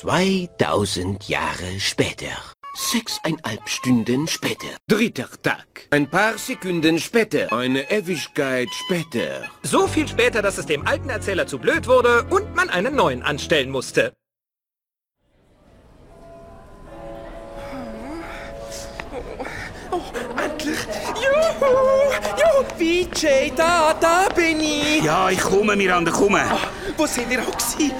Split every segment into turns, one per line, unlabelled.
2000 Jahre später. Sechseinhalb Stunden später. Dritter Tag. Ein paar Sekunden später. Eine Ewigkeit später.
So viel später, dass es dem alten Erzähler zu blöd wurde und man einen neuen anstellen musste.
Endlich! Juhu! Juhu! VJ, da, da bin ich!
Ja, ich komme, Miranda, komme.
Wo sind ihr auch gewesen?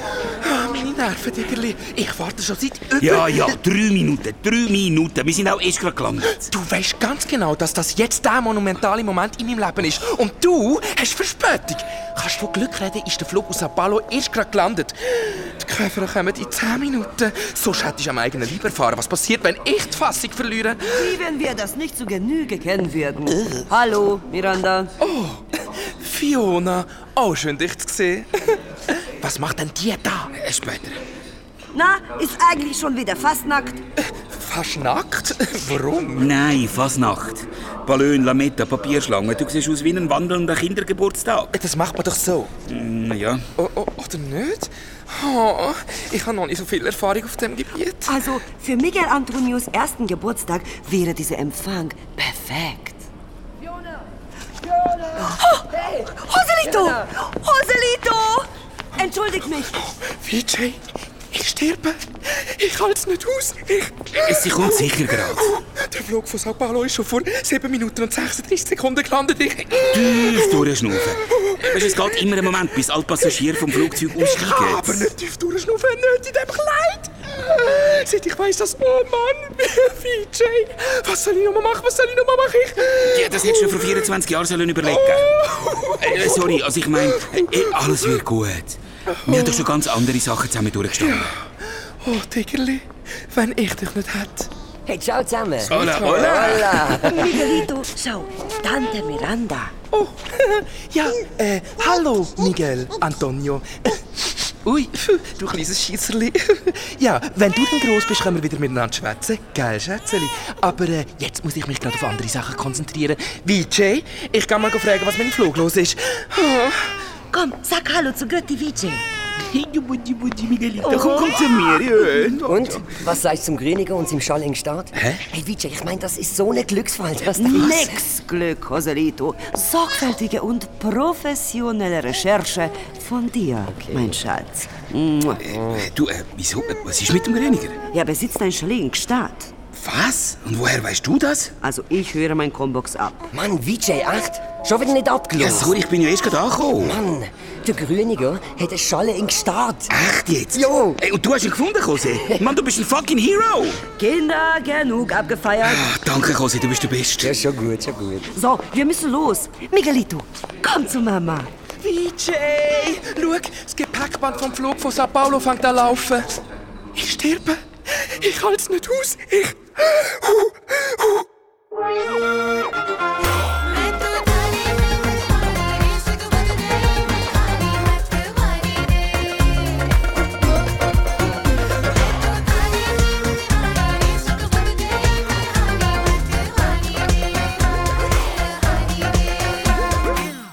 Ah, meine Nerven, Diggerli. Ich warte schon seit über...
Ja, ja, drei Minuten, drei Minuten. Wir sind auch erst gerade gelandet.
Du weißt ganz genau, dass das jetzt der monumentale Moment in meinem Leben ist. Und du hast Verspätung. Kannst du Glück reden, ist der Flug aus Apollo erst gerade gelandet. Die Käfer kommen in 10 Minuten. Sonst hättest du am eigenen Leib erfahren, was passiert, wenn ich die Fassung verliere.
Wie wenn wir das nicht zu Genüge kennen würden. Hallo, Miranda.
Fiona, auch schön dich zu sehen. Was macht denn die da? Später.
Na, ist eigentlich schon wieder fast nackt.
Fast nackt? Warum?
Nein, Fasnacht. Ballon, Lametta, Papierschlange. Du siehst aus wie ein wandelnder Kindergeburtstag.
Das macht man doch so.
Hm, Ja,
O- o- oder nicht? Oh, ich habe noch nicht so viel Erfahrung auf dem Gebiet.
Also, für Miguel Antonios ersten Geburtstag wäre dieser Empfang perfekt. Oh, Joselito! Joselito! Entschuldigt mich.
Oh, Vijay, ich sterbe. Ich halte es nicht aus. Ich...
sie kommt sicher gerade.
Oh, Der Flug von Sao Paulo ist schon vor 7 Minuten und 36 Sekunden gelandet. Ich...
Tief durchschnaufen. Weisst du, es geht immer einen Moment, bis alle Passagiere vom Flugzeug aussteigen.
Aber nicht tief durchschnaufen, nicht in dem Kleid. Seit ich weiss das... Oh Mann, Vijay. Was soll ich noch mal machen? Was soll ich noch mal machen? Ich...
Ja, das hättest du schon vor 24 Jahren sollen überlegen äh, Sorry, also ich meine, äh, alles wird gut. Wir haben doch schon ganz andere Sachen zusammen durchgestanden.
Oh, Tiggerli, wenn ich dich nicht hätte.
Hey, ciao zusammen.
Hola, hola.
Miguelito, schau, Tante Miranda.
Oh, ja, äh, hallo, Miguel, Antonio. Äh, Ui, du kleines Schiesserli. Ja, wenn du dann gross bist, können wir wieder miteinander schwätzen. Gell, Schätzeli? Aber äh, jetzt muss ich mich gerade auf andere Sachen konzentrieren. Wie, Jay? Ich kann mal fragen, was mit dem Flug los ist.
Komm, sag Hallo zu Götti Vici.
Da komm, komm zu mir. Ja.
Und? Was sagst du zum Grüniger und zum Schallingstaat? Hä? Hey, Vijay, ich meine, das ist so eine Glücksfall. Was?
Nix Glück, Joselito. Sorgfältige und professionelle Recherche von dir, mein Schatz. Mua.
Du, äh, wieso? Äh, Was ist mit dem Greniger?
Ja, besitzt ein Schlinkstaat.
Was? Und woher weißt du das?
Also ich höre mein Combox ab.
Mann, Vijay, echt? Schon wieder nicht
Ja,
abgelost.
sorry, ich bin ja erst gerade angekommen.
Mann, der Grüniger hat eine Schalle in Staat.
Echt jetzt?
Jo.
Ey, und du hast ihn gefunden, Jose? Mann, du bist ein fucking Hero.
Kinder, genug abgefeiert.
Ach, danke, Jose, du bist der Beste.
schon gut, schon gut.
So, wir müssen los. Miguelito, komm zu Mama.
Vijay, schau, das Gepäckband vom Flug von Sao Paulo fängt an laufen. Ich sterbe. Ich halte es nicht aus. Ich...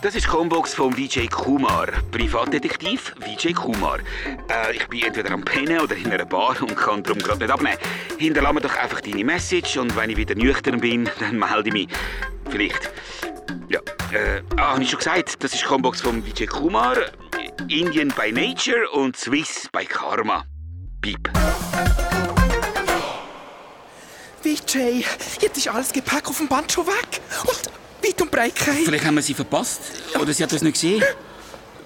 Das ist die Combox von Vijay Kumar, Privatdetektiv Vijay Kumar. Äh, ich bin entweder am Pennen oder in einer Bar und kann darum gerade nicht abnehmen. Hinterlass mir doch einfach deine Message und wenn ich wieder nüchtern bin, dann melde ich mich. Vielleicht. Ja, äh, ah, habe ich schon gesagt, das ist die Combox von Vijay Kumar, Indian by Nature und Swiss by Karma. Piep.
Vijay, jetzt ist alles Gepäck auf dem Band schon weg. Und weit und breit kein...
Vielleicht haben wir sie verpasst oder sie hat das nicht gesehen.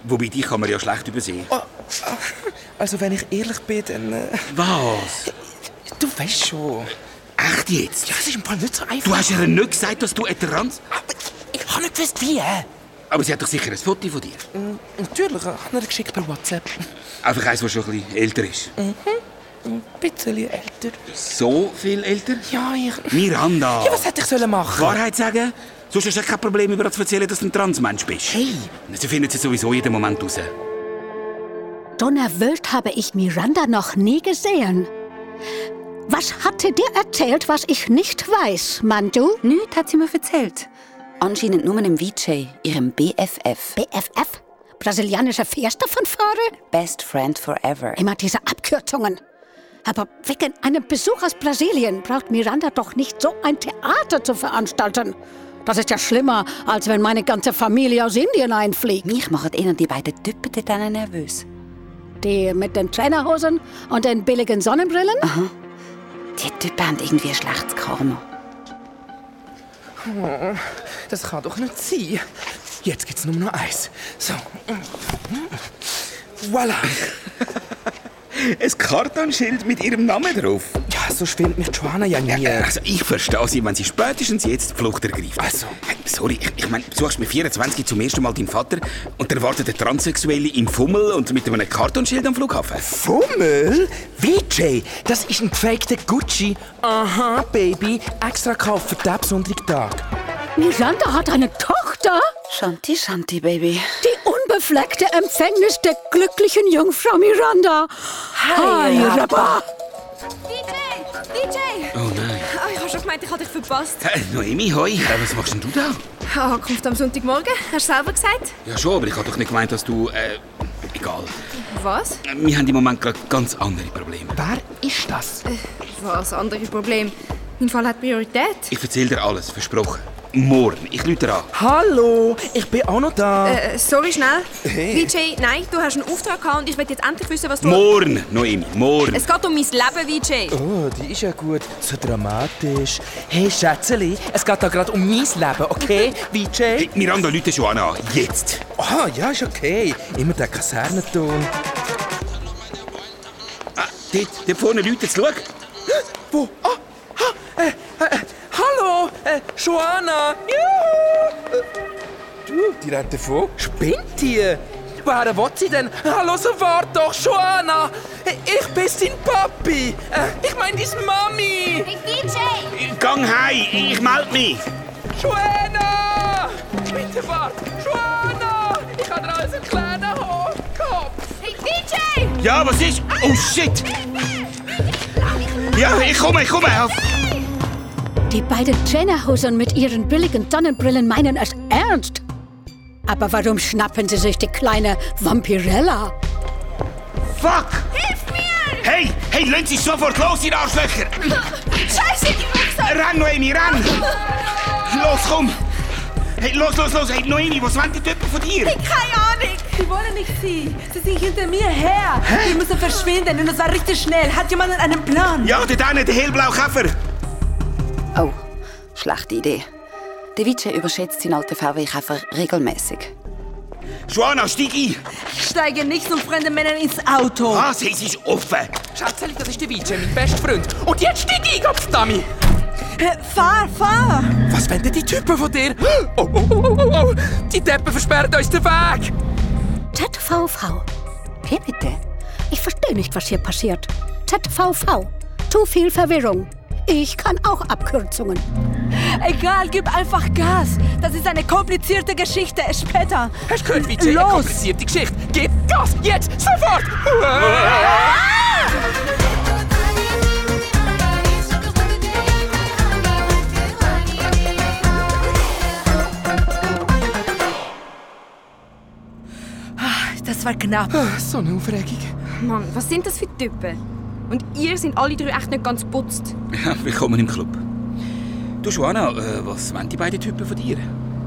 Wobei, die kann man ja schlecht übersehen.
Ah, ah, Also, wenn ich ehrlich bin, dann. äh,
Was?
Du weißt schon.
Echt jetzt?
Ja, es ist im Fall nicht so einfach.
Du hast ihr nicht gesagt, dass du eine Trans...
Aber Ich habe nicht gewusst, wie.
Aber sie hat doch sicher ein Foto von dir.
Natürlich, ich habe ihn geschickt per WhatsApp.
Einfach eins, das schon ein bisschen älter ist.
Ein bisschen älter.
So viel älter?
Ja, Ah, ich.
Miranda!
Ja, was hätte ich sollen machen?
Wahrheit sagen? Sonst hast du kein Problem, über zu erzählen, dass du ein Transmensch bist. Hey! Sie finden sie sowieso jeden Moment raus.
Donnerwölkt habe ich Miranda noch nie gesehen. Was hatte dir erzählt, was ich nicht weiß, Mandu?
Nüt hat sie mir erzählt. Anscheinend nur einem VJ, ihrem BFF.
BFF? Brasilianische Fährste von vorne?
Best Friend Forever.
Immer diese Abkürzungen. Aber wegen einem Besuch aus Brasilien braucht Miranda doch nicht so ein Theater zu veranstalten. Das ist ja schlimmer, als wenn meine ganze Familie aus Indien einfliegt.
Mich machen ihnen die beiden Typen dort dann nervös.
Die mit den Trainerhosen und den billigen Sonnenbrillen?
Die Typen haben irgendwie ein schlechtes Karma.
Das kann doch nicht sein. Jetzt gibt's nur noch eins. So. Mm, Voila.
Ein Kartonschild mit ihrem Namen drauf.
Ja, so schwindet mich Joanna ja nie.
Also ich verstehe sie, wenn sie spätestens jetzt die Flucht ergreift.
Also.
Hey, Sorry, ich, ich meine, du suchst mit 24 zum ersten Mal deinen Vater und erwartet eine Transsexuelle im Fummel und mit einem Kartonschild am Flughafen.
Fummel? VJ, das ist ein gefakter Gucci. Aha, Baby. Extra gekauft für diesen besonderen Tag.
Miranda hat eine Tochter?
Shanti, Shanti, Baby.
Die unbefleckte Empfängnis der glücklichen Jungfrau Miranda. Hi, Rappa.
Oh nein.
Ah, ich habe schon gemeint, ich habe dich verpasst.
Hey, Noemi, hoi. Äh, was machst denn du da?
Ah, Ankunft am Sonntagmorgen, hast du selber gesagt?
Ja schon, aber ich habe doch nicht gemeint, dass du... Äh, egal.
Was?
Äh, Wir haben im Moment gerade ganz andere Probleme.
Wer ist das?
Äh. Was, andere Problem. Mein Fall hat Priorität.
Ich erzähle dir alles, versprochen. Morgen. Ich lüte an.
Hallo, ich bin auch noch da.
Äh, sorry, schnell.
Hey.
VJ, nein, du hast einen Auftrag gehabt und ich will jetzt endlich wissen, was du...
Morgen, Noemi, morgen.
es geht um mein Leben, VJ.
Oh, die ist ja gut. So dramatisch. Hey, Schätzeli, es geht da gerade um mein Leben, okay? VJ?
Hey, Miranda, lüte Joanna an. Jetzt.
Ah, ja, ist okay. Immer der Kasernenton.
Ah, dort, dort vorne läutet es. Schau.
Wo? Ah, ah, äh, äh, hallo, äh, Joanna. Ja. Äh, Du, die rennt davon. Spinnt die? Woher will sie denn? Hallo, so wart doch, Joanna. Äh, Ich bin sein Papi. Äh, Ich meine, deine Mami.
Gang heim, ich melde mich.
Joanna! Bitte wart. Joanna! Ich kann dir alles erklären. Oh, komm.
Ja, was ist? Oh shit! Ja, ich komme, ich komme. Auf.
Die beiden Trainerhosen mit ihren billigen Sonnenbrillen meinen es ernst. Aber warum schnappen sie sich die kleine Vampirella?
Fuck! Hilf mir! Hey, hey, lass sie sofort los, ihr Arschlöcher!
Scheiße, die Wichser!
Renn, Noemi, renn! Los, komm! Hey, los, los, los! Hey, Noemi, was wollen die Typen von dir?
Keine Ahnung!
Sie wollen nicht sie. Sie sind hinter mir her. Wir müssen verschwinden und zwar richtig schnell. Hat jemand einen Plan?
Ja, der eine, der hellblaue Käfer!
Oh, schlechte Idee. Der Vijay überschätzt seinen alten VW-Käfer regelmäßig.
Joanna, steig ein!
Ich steige nicht so fremde Männer ins Auto.
Was? Hey, sie ist offen!
Schätzeli, das ist der Vijay, mein bester Freund. Und jetzt steig ich, Gottverdammt!
Äh, Fahr, fahr.
Was wollen denn die Typen von dir? Oh, oh, oh, oh, oh, oh. Die Deppen versperren uns den Weg!
ZVV.
Wie bitte?
Ich verstehe nicht, was hier passiert. ZVV. Zu viel Verwirrung. Ich kann auch Abkürzungen.
Egal, gib einfach Gas. Das ist eine komplizierte Geschichte. Später.
Hast du gehört, Vijay? Eine
Los.
komplizierte Geschichte. Gib Gas! Jetzt! Sofort!
Das war genau knapp.
So eine Aufregung.
Mann, was sind das für Typen? Und ihr sind alle drei echt nicht ganz putzt.
Ja, willkommen im Club. Du, Joanna, äh, was wollen die beiden Typen von dir?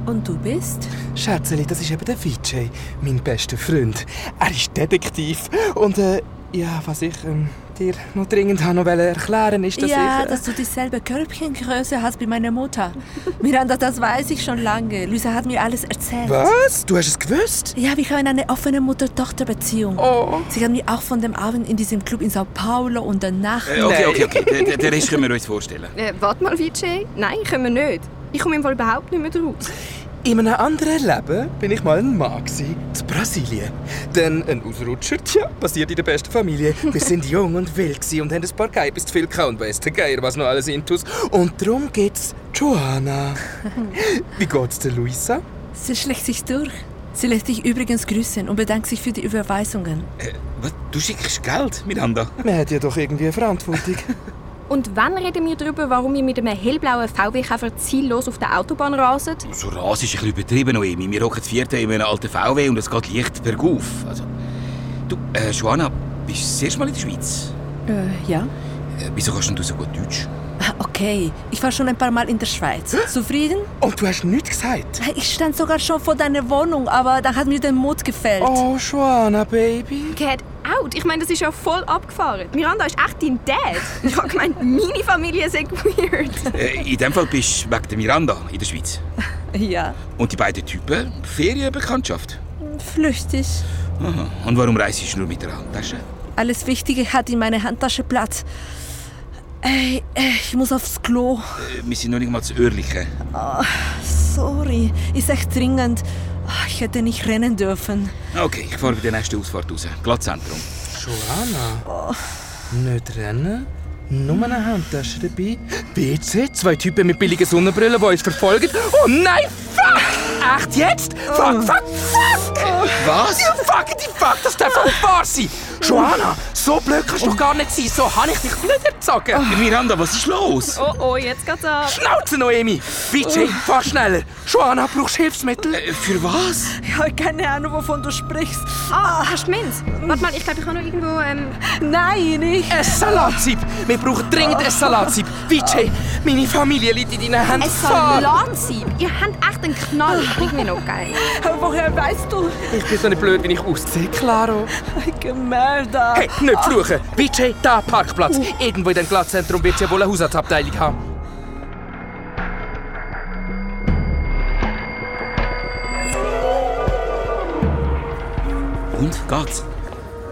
Und du bist?
Schätzeli, das ist eben der Vijay, mein bester Freund. Er ist Detektiv. Und, äh, ja, was ich ähm, dir noch dringend habe noch erklären wollte, ist, dass
ja,
ich... äh,
dass du dieselbe Körbchengröße hast wie meine Mutter. Miranda, das weiß ich schon lange. Luisa hat mir alles erzählt.
was? Du hast es gewusst?
Ja, wir haben eine offene Mutter-Tochter-Beziehung.
Oh.
Sie hat mir auch von dem Abend in diesem Club in Sao Paulo und danach.
Äh, okay, okay, okay. Den- Den, den Rest können wir uns vorstellen.
Äh, warte mal, VJ. Nein, können wir nicht. Ich komme im Fall überhaupt nicht mehr draus.
In einem anderen Leben bin ich mal ein Mann gewesen, zu Brasilien. Dann ein Ausrutscher, tja, passiert in der besten Familie. Wir sind jung und wild gewesen und haben ein paar Geibis zu viel gehabt und weiss der Geier, was noch alles intus. Und darum geht's Joanna. Wie geht's der Luisa?
Sie schlägt sich durch. Sie lässt dich übrigens grüßen und bedankt sich für die Überweisungen.
Äh, was? Du schickst Geld, Miranda?
Man hat ja doch irgendwie eine Verantwortung.
Und wann reden wir darüber, warum ihr mit einem hellblauen VW-Käfer ziellos auf der Autobahn raset?
So ras ist ein bisschen übertrieben, Noemi. Wir hocken vierte in einem alten VW eh, und es geht leicht bergauf. Also, du, äh, Joanna, bist du das erste Mal in der Schweiz?
Äh, ja.
Äh, wieso kannst denn du so gut Deutsch?
Ah,
Okay, ich war schon ein paar Mal in der Schweiz. Zufrieden?
Und du hast nichts gesagt?
Ich stand sogar schon vor deiner Wohnung, aber da hat mir der Mut gefällt.
Oh, Joanna, Baby.
Get out! Ich meine, das ist ja voll abgefahren. Miranda ist echt dein Dad. Ich habe gemeint, meine Familie sei weird.
Äh, in dem Fall bist du wegen der Miranda in der Schweiz.
Ja.
Und die beiden Typen, Ferienbekanntschaft.
Flüchtig.
Aha. Und warum reist du nur mit der Handtasche?
Alles Wichtige hat in meiner Handtasche Platz. Ey, ey, ich muss aufs Klo.
Äh, wir sind noch nicht mal zu Örlichen.
Ah, sorry, ist echt dringend. Ah, Ich hätte nicht rennen dürfen.
Okay, ich fahre bei der nächsten Ausfahrt raus. Glattzentrum.
Joanna. Nicht rennen. Nur eine Handtasche dabei. BC, zwei Typen mit billigen Sonnenbrillen, die uns verfolgen. Oh nein, fuck! Echt jetzt? Fuck, fuck, fuck!
Was?
Ja, fuck, die fuck, das darf nicht wahr sein! Joanna, so blöd kannst du doch gar nicht sein, so habe ich dich nicht erzogen!
Äh, Miranda, was ist los?
Oh oh, jetzt geht's ab.
Schnauze, Noemi! BC, fahr schneller! Joanna, brauchst du Hilfsmittel?
Äh, Für was?
Ja, keine Ahnung, wovon du sprichst.
Ah, hast du Minz? Warte mal, ich glaube, ich habe noch irgendwo... Ähm,
Nein, ich.
Ein Salatzieb! Wir brauchen dringend ein Salatzieb! Vijay, meine Familie liegt in deinen Händen.
ein Salatseib. Ihr habt echt einen Knall. Bring mir noch geil.
Woher weißt du?
Ich bin so nicht blöd, wie ich aussehe, Claro.
Gemälde.
Hey, nicht fluchen! Vijay, da Parkplatz! Irgendwo in dem Glattzentrum wird es ja wohl eine Hausarztabteilung haben.
Und? Geht's?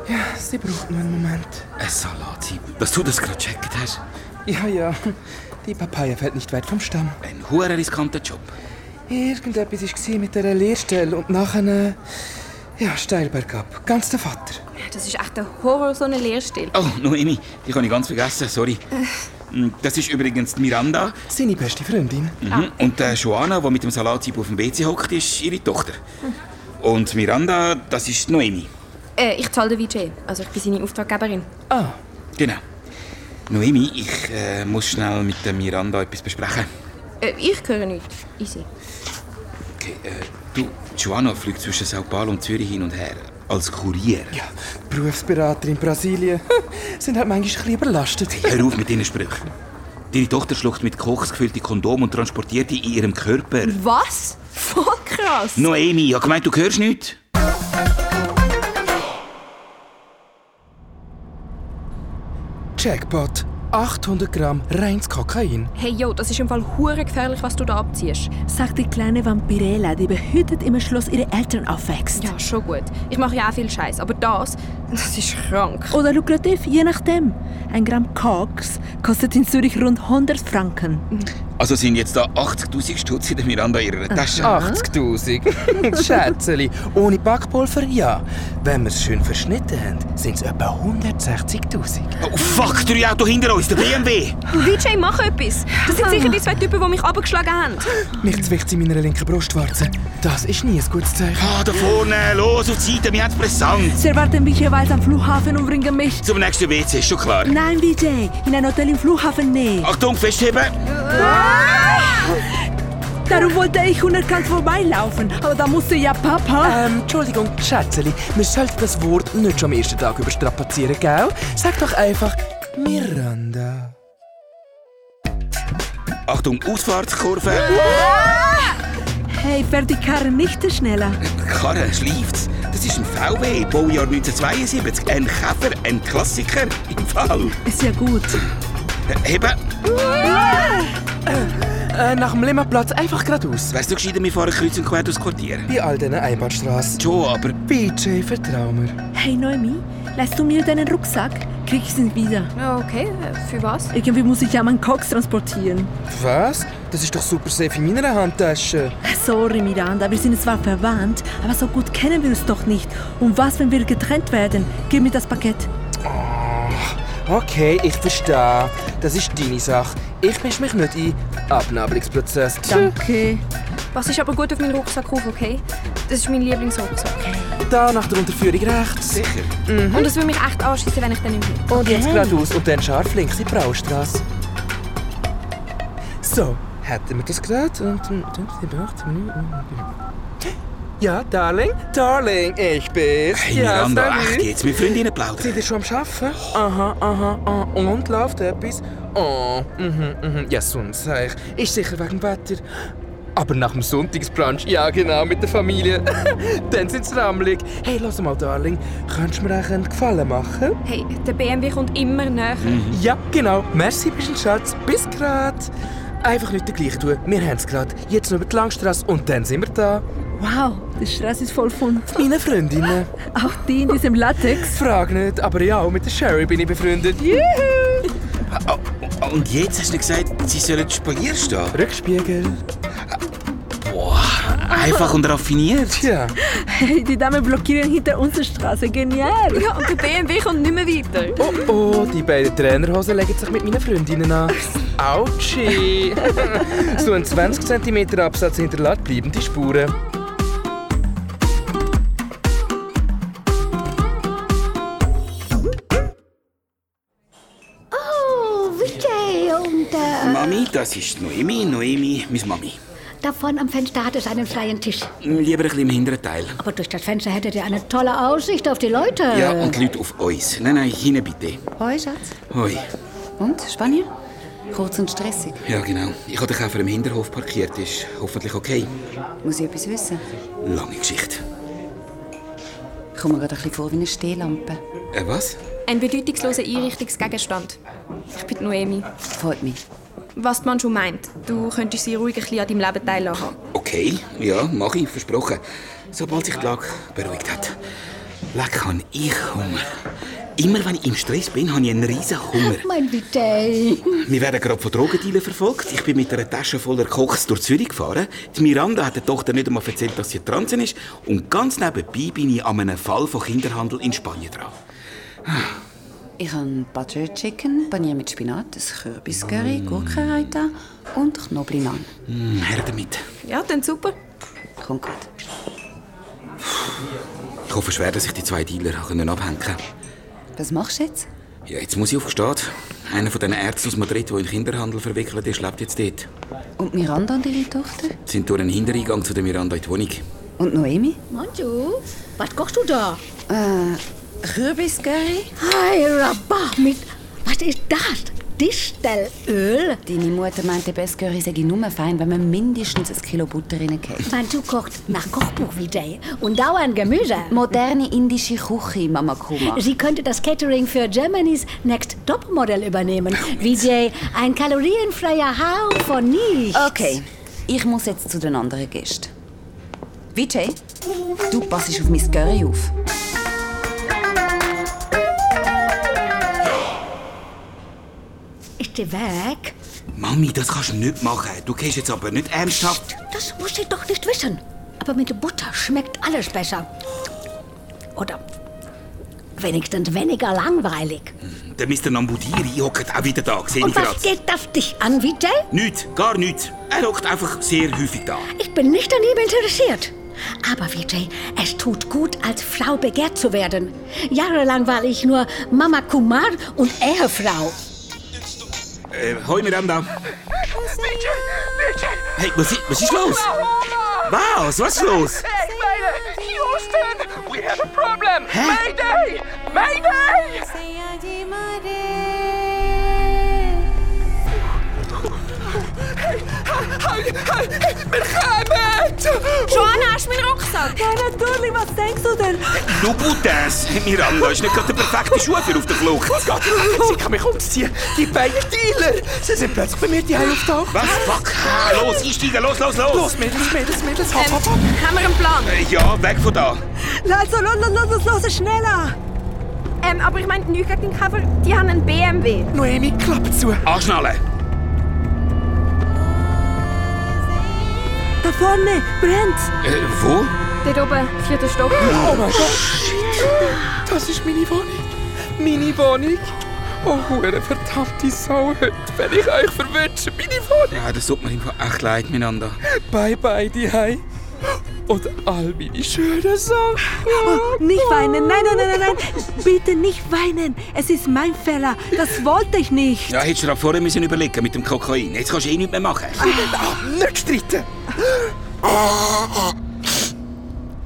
Ja, sie braucht noch einen Moment.
Ein Salathieb. Dass du das gerade gecheckt hast.
Ja, ja. Die Papaya fällt nicht weit vom Stamm.
Ein hoher riskanter Job.
Irgendetwas war mit dieser Lehrstelle und nachher... äh, Ja, steil bergab. Ganz der Vater.
Das ist echt der Horror, so eine Lehrstelle.
Oh, Noemi, die kann ich ganz vergessen, sorry. Das ist übrigens die Miranda.
Seine beste Freundin.
Mhm. Und der Joana, die mit dem Salatzieb auf dem WC hockt, ist ihre Tochter. Und Miranda, das ist die Noemi.
Äh, ich zahle den Vijay. Also ich bin seine Auftraggeberin.
Ah,
Genau. Noemi, ich äh, muss schnell mit der Miranda etwas besprechen.
Äh, ich höre nichts. Easy.
Okay, äh, du, Joana fliegt zwischen Sao Paulo und Zürich hin und her. Als Kurier.
ja. Berufsberater in Brasilien. Sind halt manchmal ein bisschen überlastet.
Hör auf mit deinen Sprüchen. Deine Tochter schluckt mit Koks gefüllte Kondom und transportiert die in ihrem Körper.
Hm. Was? Voll krass.
Noemi, ich gemeint, du hörst nichts?
Jackpot. 800 Gramm reines Kokain.
Hey, yo, das ist im Fall hure gefährlich, was du da abziehst.
Sagt die kleine Vampirella, die behütet im Schloss ihre Eltern aufwächst.
Ja, schon gut. Ich mache ja auch viel Scheiß, aber das, das ist krank.
Oder lukrativ, je nachdem. Ein Gramm Koks kostet in Zürich rund 100 Franken.
Also sind jetzt da 80.000 Stutz in der Miranda in ihrer Tasche.
80.000. Schätzeli. Ohne Backpulver, ja. Wenn wir es schön verschnitten haben, sind es etwa 160.000.
Oh, fuck, drei Auto hinter uns, der BMW!
Vijay, mach etwas. Das sind sicher die zwei Typen, die mich abgeschlagen haben.
Mich zwickt sie in meiner linken Brustwarze. Das ist nie ein gutes Zeichen.
Ah, da vorne, los auf die Seite, wir haben's pressant.
Sie erwarten mich jeweils am Flughafen und bringen mich.
Zum nächsten WC, ist schon klar.
Nein, Vijay, in ein Hotel im Flughafen nicht.
Achtung, festheben!
Darum wollte ich unerkannt vorbeilaufen, aber da musste ja Papa.
Ähm, Entschuldigung, Schätzeli, wir sollten das Wort nicht schon am ersten Tag überstrapazieren, gell? Sag doch einfach Miranda.
Achtung, Ausfahrtskurve!
Hey, fährt die Karre nicht schneller.
Karre, schleift's. Das ist ein VW, Baujahr 1972. Ein Käfer, ein Klassiker im Fall.
Ist ja gut.
Äh, Heben,
Äh, nach dem Limmerplatz einfach geradeaus.
weißt du gescheiter, wir fahren kreuz und quer durchs Quartier.
Bei all diesen Einbahnstraßen.
Schon, aber
BJ, vertrau mir.
Hey, Noemi, leist du mir deinen Rucksack? Krieg ich ihn wieder.
Okay, Äh, für was?
Irgendwie muss ich ja meinen Koks transportieren.
Was? Das ist doch super safe in meiner Handtasche.
Sorry, Miranda, wir sind zwar verwandt, aber so gut kennen wir uns doch nicht. Und was, wenn wir getrennt werden? Gib mir das Paket.
Okay, ich verstehe. Das ist deine Sache. Ich mische mich nicht ein. Abnabelungsprozess.
Danke.
Was ist aber gut auf meinen Rucksack rauf, okay? Das ist mein Lieblingsrucksack.
Da nach der Unterführung rechts.
sicher.
Und das würde mich echt anschießen, wenn ich den nicht mehr.
Und jetzt geradeaus und dann scharf links in die Braustrasse. So, hätten wir das gerade und... und- und- und- und- und- und- und- und- Ja, Darling? Darling, ich bin's.
Hey,
ja,
Miranda,
salut.
echt jetzt? Wir Freundinnen plaudern.
Seid ihr schon am Arbeiten? Aha, aha, aha. Und läuft etwas? Oh, mhm, mhm. Ja, sonst sag ich. Ist sicher wegen dem Wetter. Aber nach dem Sonntagsbrunch, ja genau, mit der Familie. Dann sind's rammelig. Hey, lass mal, Darling. Könntest du mir eigentlich einen Gefallen machen?
Hey, der BMW kommt immer näher.
Ja, genau. Merci, bist ein Schatz. Bis grad. Einfach nicht gleich tun. Wir haben es gerade. Jetzt noch über die Langstrasse und dann sind wir da.
Wow, der Stress ist voll von
Meine Freundinnen.
auch die in diesem Latex.
Frag nicht, aber ja, auch mit der Sherry bin ich befreundet. Juhu!
Oh, Und jetzt hast du nicht gesagt, sie sollen Spalier stehen?
Rückspiegel.
Boah, einfach und raffiniert.
Tja.
Hey, die Damen blockieren hinter unserer Straße. Genial.
Ja, und der BMW kommt nicht mehr weiter.
Oh oh, die beiden Trainerhosen legen sich mit meinen Freundinnen an. Autschi! so ein 20 cm Absatz hinterlässt bleibende Spuren.
Oh, Vijay und äh,
Mami, das ist Noemi, Noemi, meine Mami.
da vorne am Fenster hat es einen freien Tisch.
Lieber ein bisschen im hinteren Teil.
Aber durch das Fenster hättet ihr eine tolle Aussicht auf die Leute.
Ja, und die Leute auf uns. Nein, nein, hinten bitte.
Hoi, Schatz.
Hoi.
Und, Spanier? Kurz und stressig.
Ja, genau. Ich habe den Käfer im Hinterhof parkiert. Ist hoffentlich okay.
Muss ich etwas wissen?
Lange Geschichte.
Ich komme mir gerade ein bisschen vor wie eine Stehlampe.
Äh, was?
Ein bedeutungsloser Einrichtungsgegenstand. Ich bin die Noemi.
Freut mich.
Was die Manchu meint, du könntest sie ruhig ein bisschen an deinem Leben teilhaben.
Okay, ja, mache ich, versprochen. Sobald sich die Lage beruhigt hat. Leck, habe ich Hunger. Immer wenn ich im Stress bin, habe ich einen riesen Hunger.
Mein Vijay.
Wir werden gerade von Drogendealern verfolgt. Ich bin mit einer Tasche voller Koks durch Zürich gefahren. Die Miranda hat der Tochter nicht einmal erzählt, dass sie transen ist. Und ganz nebenbei bin ich an einem Fall von Kinderhandel in Spanien dran.
Ich habe Butter Chicken, Panier mit Spinat, ein Kürbiscurry, Gurkenreita und Knoblauchnahen.
Hm, her damit.
Ja, dann super.
Kommt gut.
Ich hoffe schwer, dass ich die zwei Dealer habe können abhängen konnte.
Was machst du jetzt?
Ja, jetzt muss ich aufgestehen. Einer von diesen Ärzten aus Madrid, der in Kinderhandel verwickelt ist, lebt jetzt dort.
Und Miranda und ihre Tochter?
Sie sind durch einen Hintereingang zu der Miranda in die Wohnung.
Und Noemi?
Manju, was kochst du da?
Äh, Kürbiscurry?
Hi, Rabah, mit. Was ist das? Distellöl?
Deine Mutter meinte, Besscurry sei nur fein, wenn man mindestens ein Kilo Butter reingeht.
Manju kocht nach Kochbuch Vijay und dauernd Gemüse.
Moderne indische Küche, Mama Kuma.
Sie könnte das Catering für Germany's Next Topmodel übernehmen. Vijay, ein kalorienfreier Hauch von nichts.
Okay, ich muss jetzt zu den anderen Gästen. Vijay, du passest auf mein Curry auf.
Ist sie weg?
Mami, das kannst du nicht machen. Du gehst jetzt aber nicht ernsthaft.
Das muss ich doch nicht wissen. Aber mit Butter schmeckt alles besser. Oder wenigstens weniger langweilig.
Der Mr. Nambudiri hockt auch wieder da. Sehe ich
Und was
gerade.
geht das dich an, Vijay?
Nichts, gar nichts. Er hockt einfach sehr häufig da.
Ich bin nicht an ihm interessiert. Aber Vijay, es tut gut, als Frau begehrt zu werden. Jahrelang war ich nur Mama Kumar und Ehefrau.
Äh, hoi Miranda. Hey, was ist, was ist los? Was? Was ist los?
Joanna, hast du meinen Rucksack?
Ja, natürlich, was denkst du denn?
Du Buttes! Miranda ist nicht gerade der perfekte Schuh für auf der Flucht. oh,
Sie kann mich umziehen. Die beiden Dealer. Sie sind plötzlich bei mir die Heil auftaucht.
Was? Fuck! Ah, los, einsteigen! Los, los, los!
Los, Mädels, Mädels, Mädels. Hopp,
Ähm,
hopp, hopp.
haben wir einen Plan?
Äh, ja, weg von da.
Also, los, los, los, los, los, schneller!
Ähm, aber ich meine, nicht gegen den Cover, die haben einen BMW.
Noemi, Klappe zu.
Anschnallen!
Da vorne, brennt!
Äh, wo?
Dort oben, vierter Stock.
Oh mein Gott. Shit. Das ist meine Wohnung. Meine Wohnung. Oh, hure verdammte Sau heute. Wenn ich euch verwünsche, meine Wohnung.
Ja, das tut mir im Fall echt leid, Miranda.
Bye, bye, die Heil. Und all meine schönen Sachen.
Nicht weinen, nein, nein, nein, nein, nein! Bitte nicht weinen! Es ist mein Fehler! Das wollte ich nicht!
Ja, hättest du dir vorher müssen überlegen mit dem Kokain. Jetzt kannst du eh nichts mehr machen.
Ah, nicht streiten.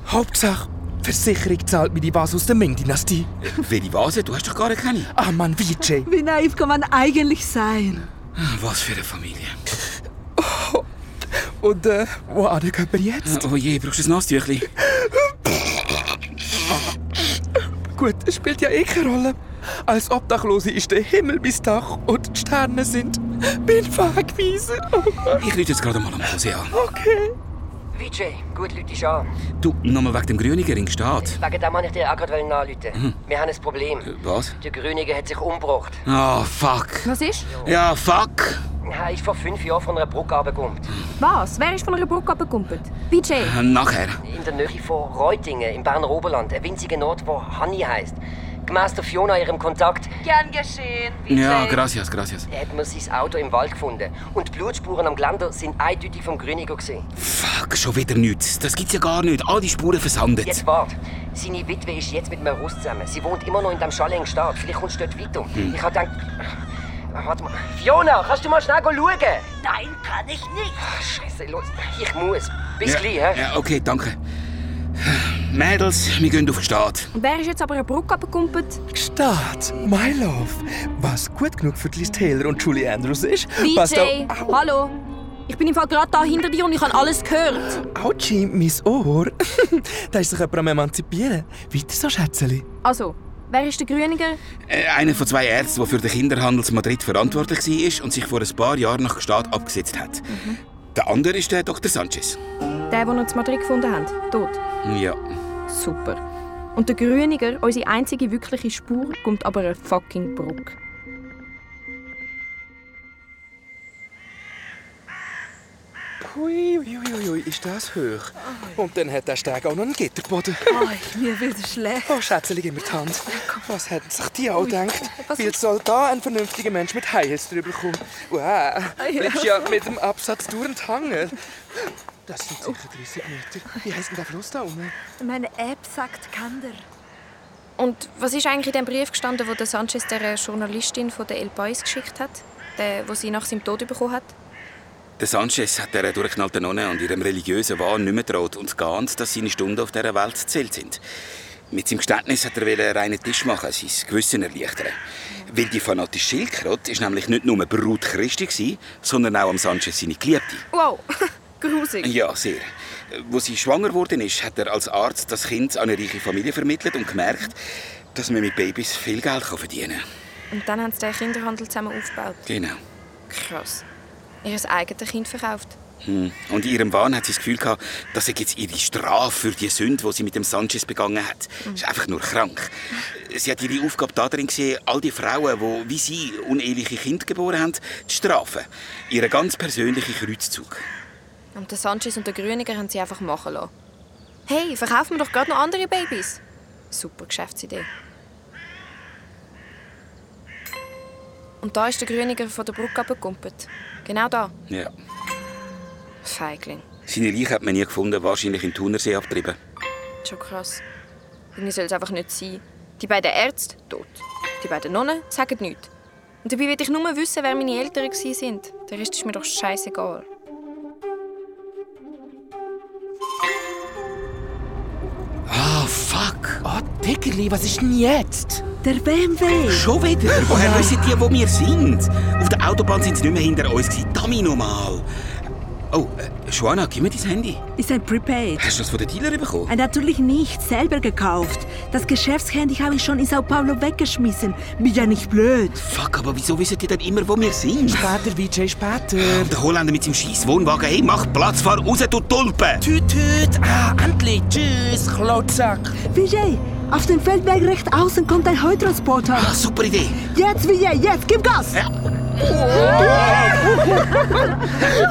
Hauptsache, die Versicherung zahlt mir die was aus der Ming-Dynastie.
Welche Vase? Du hast doch gar keine.
Ah, Mann, Vijay.
Wie naiv kann man eigentlich sein?
Ah, Was für eine Familie.
Und, äh, wo gehen wir jetzt?
Oh je, brauchst du ein Nasstüchli?
Gut, es spielt ja eh keine Rolle. Als Obdachlose ist der Himmel bis Dach und die Sterne sind bin Wegweiser.
Ich rufe jetzt gerade mal am Hose an.
Okay.
Vijay, gut, Leute, dich an.
Du, nochmal wegen dem Grüniger in Staat.
Wegen dem Mann, ich dir auch gerade nachlüten.
Mhm.
Wir haben ein Problem.
Was?
Der Grünige hat sich umgebracht.
Ah, fuck.
Was ist?
Ja, fuck.
Er ist vor fünf Jahren von einer Brücke runtergekommen.
Was? Wer ist von einer Brücke abgekumpelt? BJ.
Äh, Nachher.
In der Nähe von Reutingen im Berner Oberland. Ein winziger Ort, wo Hanni heißt. Gemäss der Fiona ihrem Kontakt
Gern geschehen.
Ja, gracias, gracias.
hat man sein Auto im Wald gefunden. Und die Blutspuren am Geländer sind eindeutig vom Grüniger gesehen.
Fuck, schon wieder nichts. Das gibt's ja gar nicht. All die Spuren versandet.
Jetzt wart. Seine Witwe ist jetzt mit einem Russ zusammen. Sie wohnt immer noch in dem Chalet in Stadt. Vielleicht kommst du dort weiter.
Hm.
Ich hab gedacht... Warte mal. Fiona, kannst du mal schnell schauen? Nein, kann ich nicht. Scheiße, los. Ich muss. Bis
ja.
gleich, hä?
Ja, okay, danke. Mädels, wir gehen auf die Stadt.
Und wer ist jetzt aber eine Brücke abgekumpelt?
Start, my love. Was gut genug für Liz Taylor und Julie Andrews ist, passt
BJ,
auch...
hallo. Ich bin im Fall gerade da hinter dir und ich habe alles gehört.
Autschi, mein Ohr. da ist sich jemand am Emanzipieren. Weiter so, Schätzeli.
Also, wer ist der Grüniger?
Äh, einer von zwei Ärzten, der für den Kinderhandel in Madrid verantwortlich war und sich vor ein paar Jahren nach Staat abgesetzt hat. Der andere ist der Dr. Sanchez.
Der, den uns in Madrid gefunden haben. Tot.
Ja.
Super. Und der Grüniger, unsere einzige wirkliche Spur, kommt aber eine fucking Brücke.
Hui, hui, hui, hui, ist das hoch. Und dann hat der Steg auch noch einen Gitterboden.
mir wird schlecht.
Oh, Schätzeli, gib mir die Hand. Was hätten sich die auch gedacht? Wie soll da ein vernünftiger Mensch mit High Heels drüber kommen? Wow,
ja.
bleibst ja mit dem Absatz durchend hängen. Das sind sicher 30 Meter. Wie heisst denn der Fluss da unten?
Meine App sagt Kander.
Und was ist eigentlich in dem Brief gestanden, wo der Sanchez der äh, Journalistin von der El País geschickt hat? Der, wo sie nach seinem Tod bekommen hat?
Der Sanchez hat dieser durchknallten Nonne und ihrem religiösen Wahn nicht mehr traut und geahnt, dass seine Stunden auf dieser Welt zählt sind. Mit seinem Geständnis hat er wollte einen reinen Tisch machen, sein Gewissen erleichtern. Weil die fanatische Schildkröte ist nämlich nicht nur Brut Christi, gewesen, sondern auch am Sanchez seine Geliebte.
Wow, grusig.
Ja, sehr. Wo sie schwanger worden ist, hat er als Arzt das Kind an eine reiche Familie vermittelt und gemerkt, dass man mit Babys viel Geld kann verdienen
Und dann haben sie den Kinderhandel zusammen aufgebaut.
kann. Genau.
Krass. Ihr eigenes Kind verkauft.
Hm. Und in ihrem Wahn hat sie das Gefühl gehabt, das sei jetzt ihre Strafe für die Sünde, die sie mit dem Sanchez begangen hat.
Mhm.
Ist einfach nur krank. Sie hat ihre Aufgabe darin gesehen, all die Frauen, die wie sie uneheliche Kinder geboren haben, zu strafen. Ihren ganz persönlichen Kreuzzug.
Und der Sanchez und der Grüniger haben sie einfach machen lassen. Hey, verkaufen wir doch gerade noch andere Babys. Super Geschäftsidee. Und da ist der Grüniger von der Brücke abgekumpelt. Genau da.
Ja.
Feigling.
Seine Leiche hat man nie gefunden, wahrscheinlich in den Thunersee abgetrieben.
Schon krass. Irgendwie soll es einfach nicht sein. Die beiden Ärzte, tot. Die beiden Nonnen sagen nichts. Und dabei will ich nur wissen, wer meine Eltern waren. Der Rest ist mir doch scheißegal.
Ah, fuck.
Oh, Dickerli, was ist denn jetzt?
Der BMW.
Schon wieder? Woher wissen die, wo wir sind? Auf der Autobahn sind sie nicht mehr hinter uns. gewesen. Dummy nochmal. Oh, äh, Joanna, gib mir dein Handy.
Ist ein Prepaid.
Hast du das von den Dealer bekommen?
Äh,
Ah, Natürlich nicht, selber gekauft. Das Geschäftshandy habe ich schon in Sao Paulo weggeschmissen. Bin ja nicht blöd.
Fuck, aber wieso wissen die denn immer, wo wir sind?
Später, Vijay, später.
Der Holländer mit seinem scheiß Wohnwagen. Hey, mach Platz, fahr raus, du Tulpe!
Tüt, tüt. Ah, endlich. Tschüss, Klotzack.
Vijay, auf dem Feldweg rechts außen kommt ein Heutransporter. Ah,
super Idee.
Jetzt, Vijay, jetzt, gib Gas.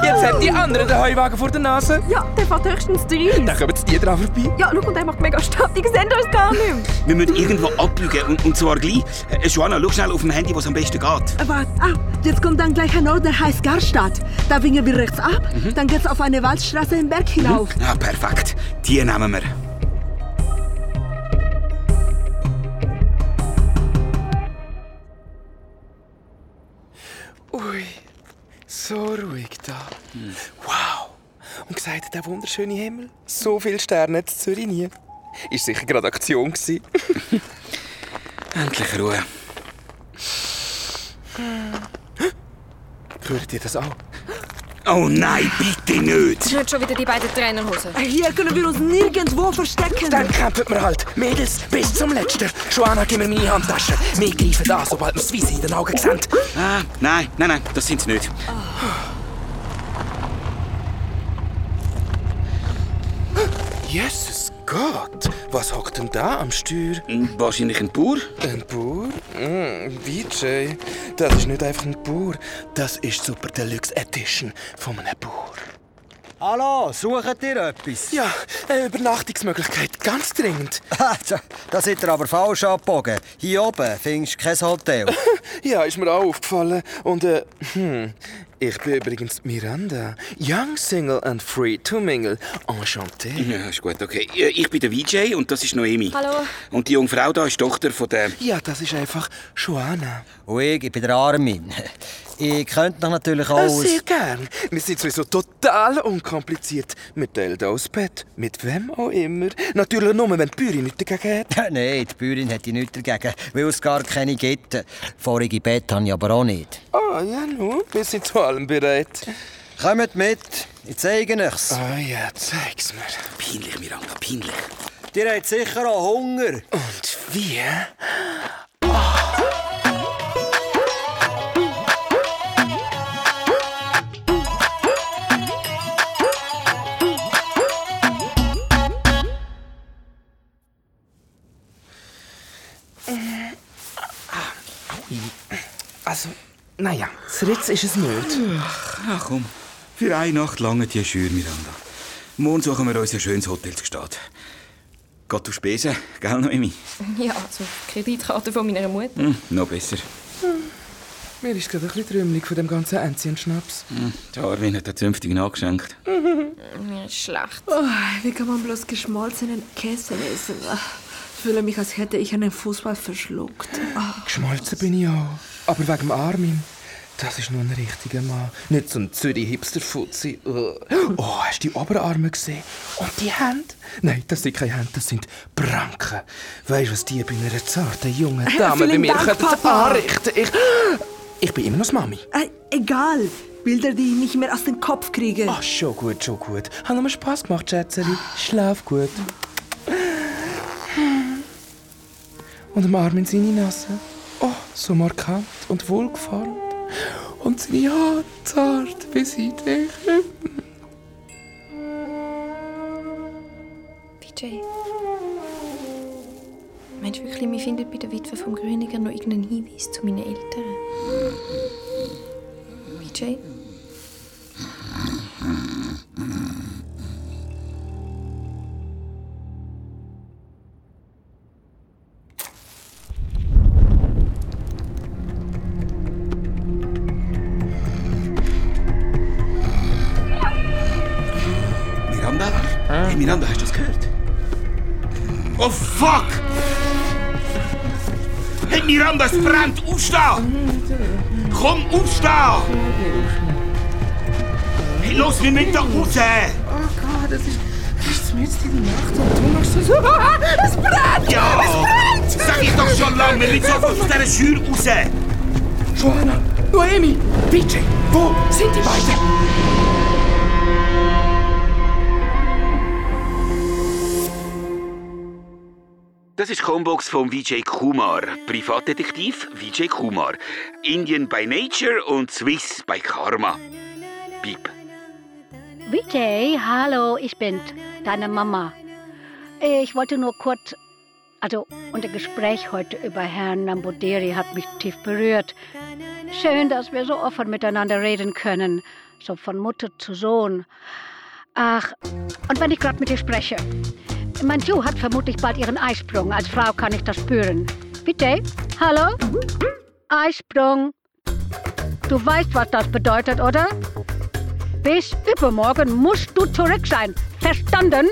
Jetzt hat die andere den Heuwagen vor der Nase.
Ja, der fährt höchstens 30.
Dann kommen jetzt die dran vorbei.
Ja, schau, und der macht mega Stadt. Die sehen uns gar nicht mehr.
Wir müssen irgendwo abbiegen und, und zwar gleich. Äh, Joanna, schau schnell auf dem Handy, was am besten geht.
Warte, ah, jetzt kommt dann gleich ein Ort, der heißt Garstadt. Da biegen wir rechts ab, dann geht's auf eine Waldstraße im Berg hinauf.
Ah, perfekt. Die nehmen wir.
Hm. Ui, so ruhig da. Wow. und gesagt, der wunderschöne Himmel, so viele Sterne hat Zürich nie. Ist sicher gerade Aktion gewesen. Endlich Ruhe. Hört ihr das auch?
Oh nein, bitte nicht!
Das sind nicht schon wieder die beiden Trainerhosen.
Äh,
Hier können wir uns nirgendwo verstecken.
Dann kämpfen wir halt. Mädels, bis zum Letzten. Joanna, gib mir meine Handtasche. Wir greifen an, sobald wir das Weiße in den Augen sehen.
Ah, nein, nein, nein, das sind sie nicht.
Jesus Gott, was hockt denn da am Steuer?
Hm, Wahrscheinlich ein Bauer.
Ein Bauer? Mm, VJ, das ist nicht einfach ein Bauer. Das ist Super Deluxe Edition von einem Bauer.
Hallo, sucht ihr etwas?
Ja, eine Übernachtungsmöglichkeit, ganz dringend.
da seid ihr aber falsch abgebogen. Hier oben findest du kein Hotel.
Ja, ist mir auch aufgefallen. Und, äh, hm, ich bin übrigens Miranda. Young, single and free to mingle. Enchanté.
Ja, ist gut, okay. Äh, Ich bin der VJ und das ist Noemi.
Hallo.
Und die junge Frau da ist die Tochter von der...
Ja, das ist einfach Joanna.
Und ich, ich bin der Armin. Ich könnte noch natürlich auch
Äh,
aus...
Sehr gern. Wir sind sowieso total unkompliziert. Wir teilen auch das Bett. Mit wem auch immer. Natürlich nur, wenn die Bäuerin nicht dagegen hat.
Nein, die Bäuerin hätte ich nichts dagegen, weil es gar keine gibt. Vorige Bett habe ich aber auch nicht.
Ah, ja, nun, wir sind zu allem bereit.
Kommt mit, ich zeige euch's.
Ah ja, zeig's mir.
Peinlich, Miranda, peinlich.
Ihr habt sicher auch Hunger.
Und wie? Also, naja, das Ritz ist es nicht.
Ach Ah, komm, für eine Nacht lange die Schür, Miranda. Morgen suchen wir uns ein schönes Hotel zu Stadt. Geht auf Spesen, gell, Noemi?
Ja, also die Kreditkarte von meiner Mutter.
Hm, noch besser.
Mir ist gerade ein bisschen trümmelig von dem ganzen Enzian-Schnaps.
Hm, der Arwin hat den zünftigen angeschenkt.
Schlacht.
Oh, wie kann man bloß geschmolzenen Käse essen? Ich fühle mich, als hätte ich einen Fußball verschluckt.
Geschmolzen bin ich auch. Aber wegen dem Armin. Das ist nur ein richtiger Mann. Nicht so ein Zürich-Hipster-Fuzzi. Ugh. Oh, hast du die Oberarme gesehen? Und die Hände? Nein, das sind keine Hände, das sind Pranken. Weißt du, was die bei einer zarten jungen
Äh,
Dame bei
vielen
mir
Dank,
könnten
Papa.
anrichten? Ich, ich bin immer noch die Mami.
Äh, egal, Bilder, die ich nicht mehr aus dem Kopf kriege.
Ah, schon gut, schon gut. Hat mir Spass gemacht, Schätzeli. Schlaf gut. Und am Armin seine Nase. Oh, so markant und wohlgeformt. Und seine Haare zart wie seitlich.
VJ. Meinst du wirklich, wir finden bei der Witwe vom Grüniger noch irgendeinen Hinweis zu meinen Eltern? VJ?
Miranda? Hey, Miranda, hast du das gehört? Oh, fuck! Hey, Miranda, es brennt! Aufstehen! Komm, aufstehen! Hey, los, wir müssen da raus!
Oh Gott, das ist. Das ist mitten in der Nacht und du machst so. Ah, es brennt!
Ja!
Es brennt!
Sag ich doch schon lange, wir müssen sofort aus dieser Schür raus!
Johanna, Noemi, Vijay, wo sind die beiden?
Das ist die Combox von Vijay Kumar, Privatdetektiv Vijay Kumar. Indian by Nature und Swiss by Karma. Piep.
Vijay, hallo, ich bin deine Mama. Ich wollte nur kurz, also unser Gespräch heute über Herrn Nambudiri hat mich tief berührt. Schön, dass wir so offen miteinander reden können, so von Mutter zu Sohn. Ach, und wenn ich gerade mit dir spreche. Mein Ju hat vermutlich bald ihren Eisprung. Als Frau kann ich das spüren. Vijay, hallo? Eisprung. Du weißt, was das bedeutet, oder? Bis übermorgen musst du zurück sein. Verstanden?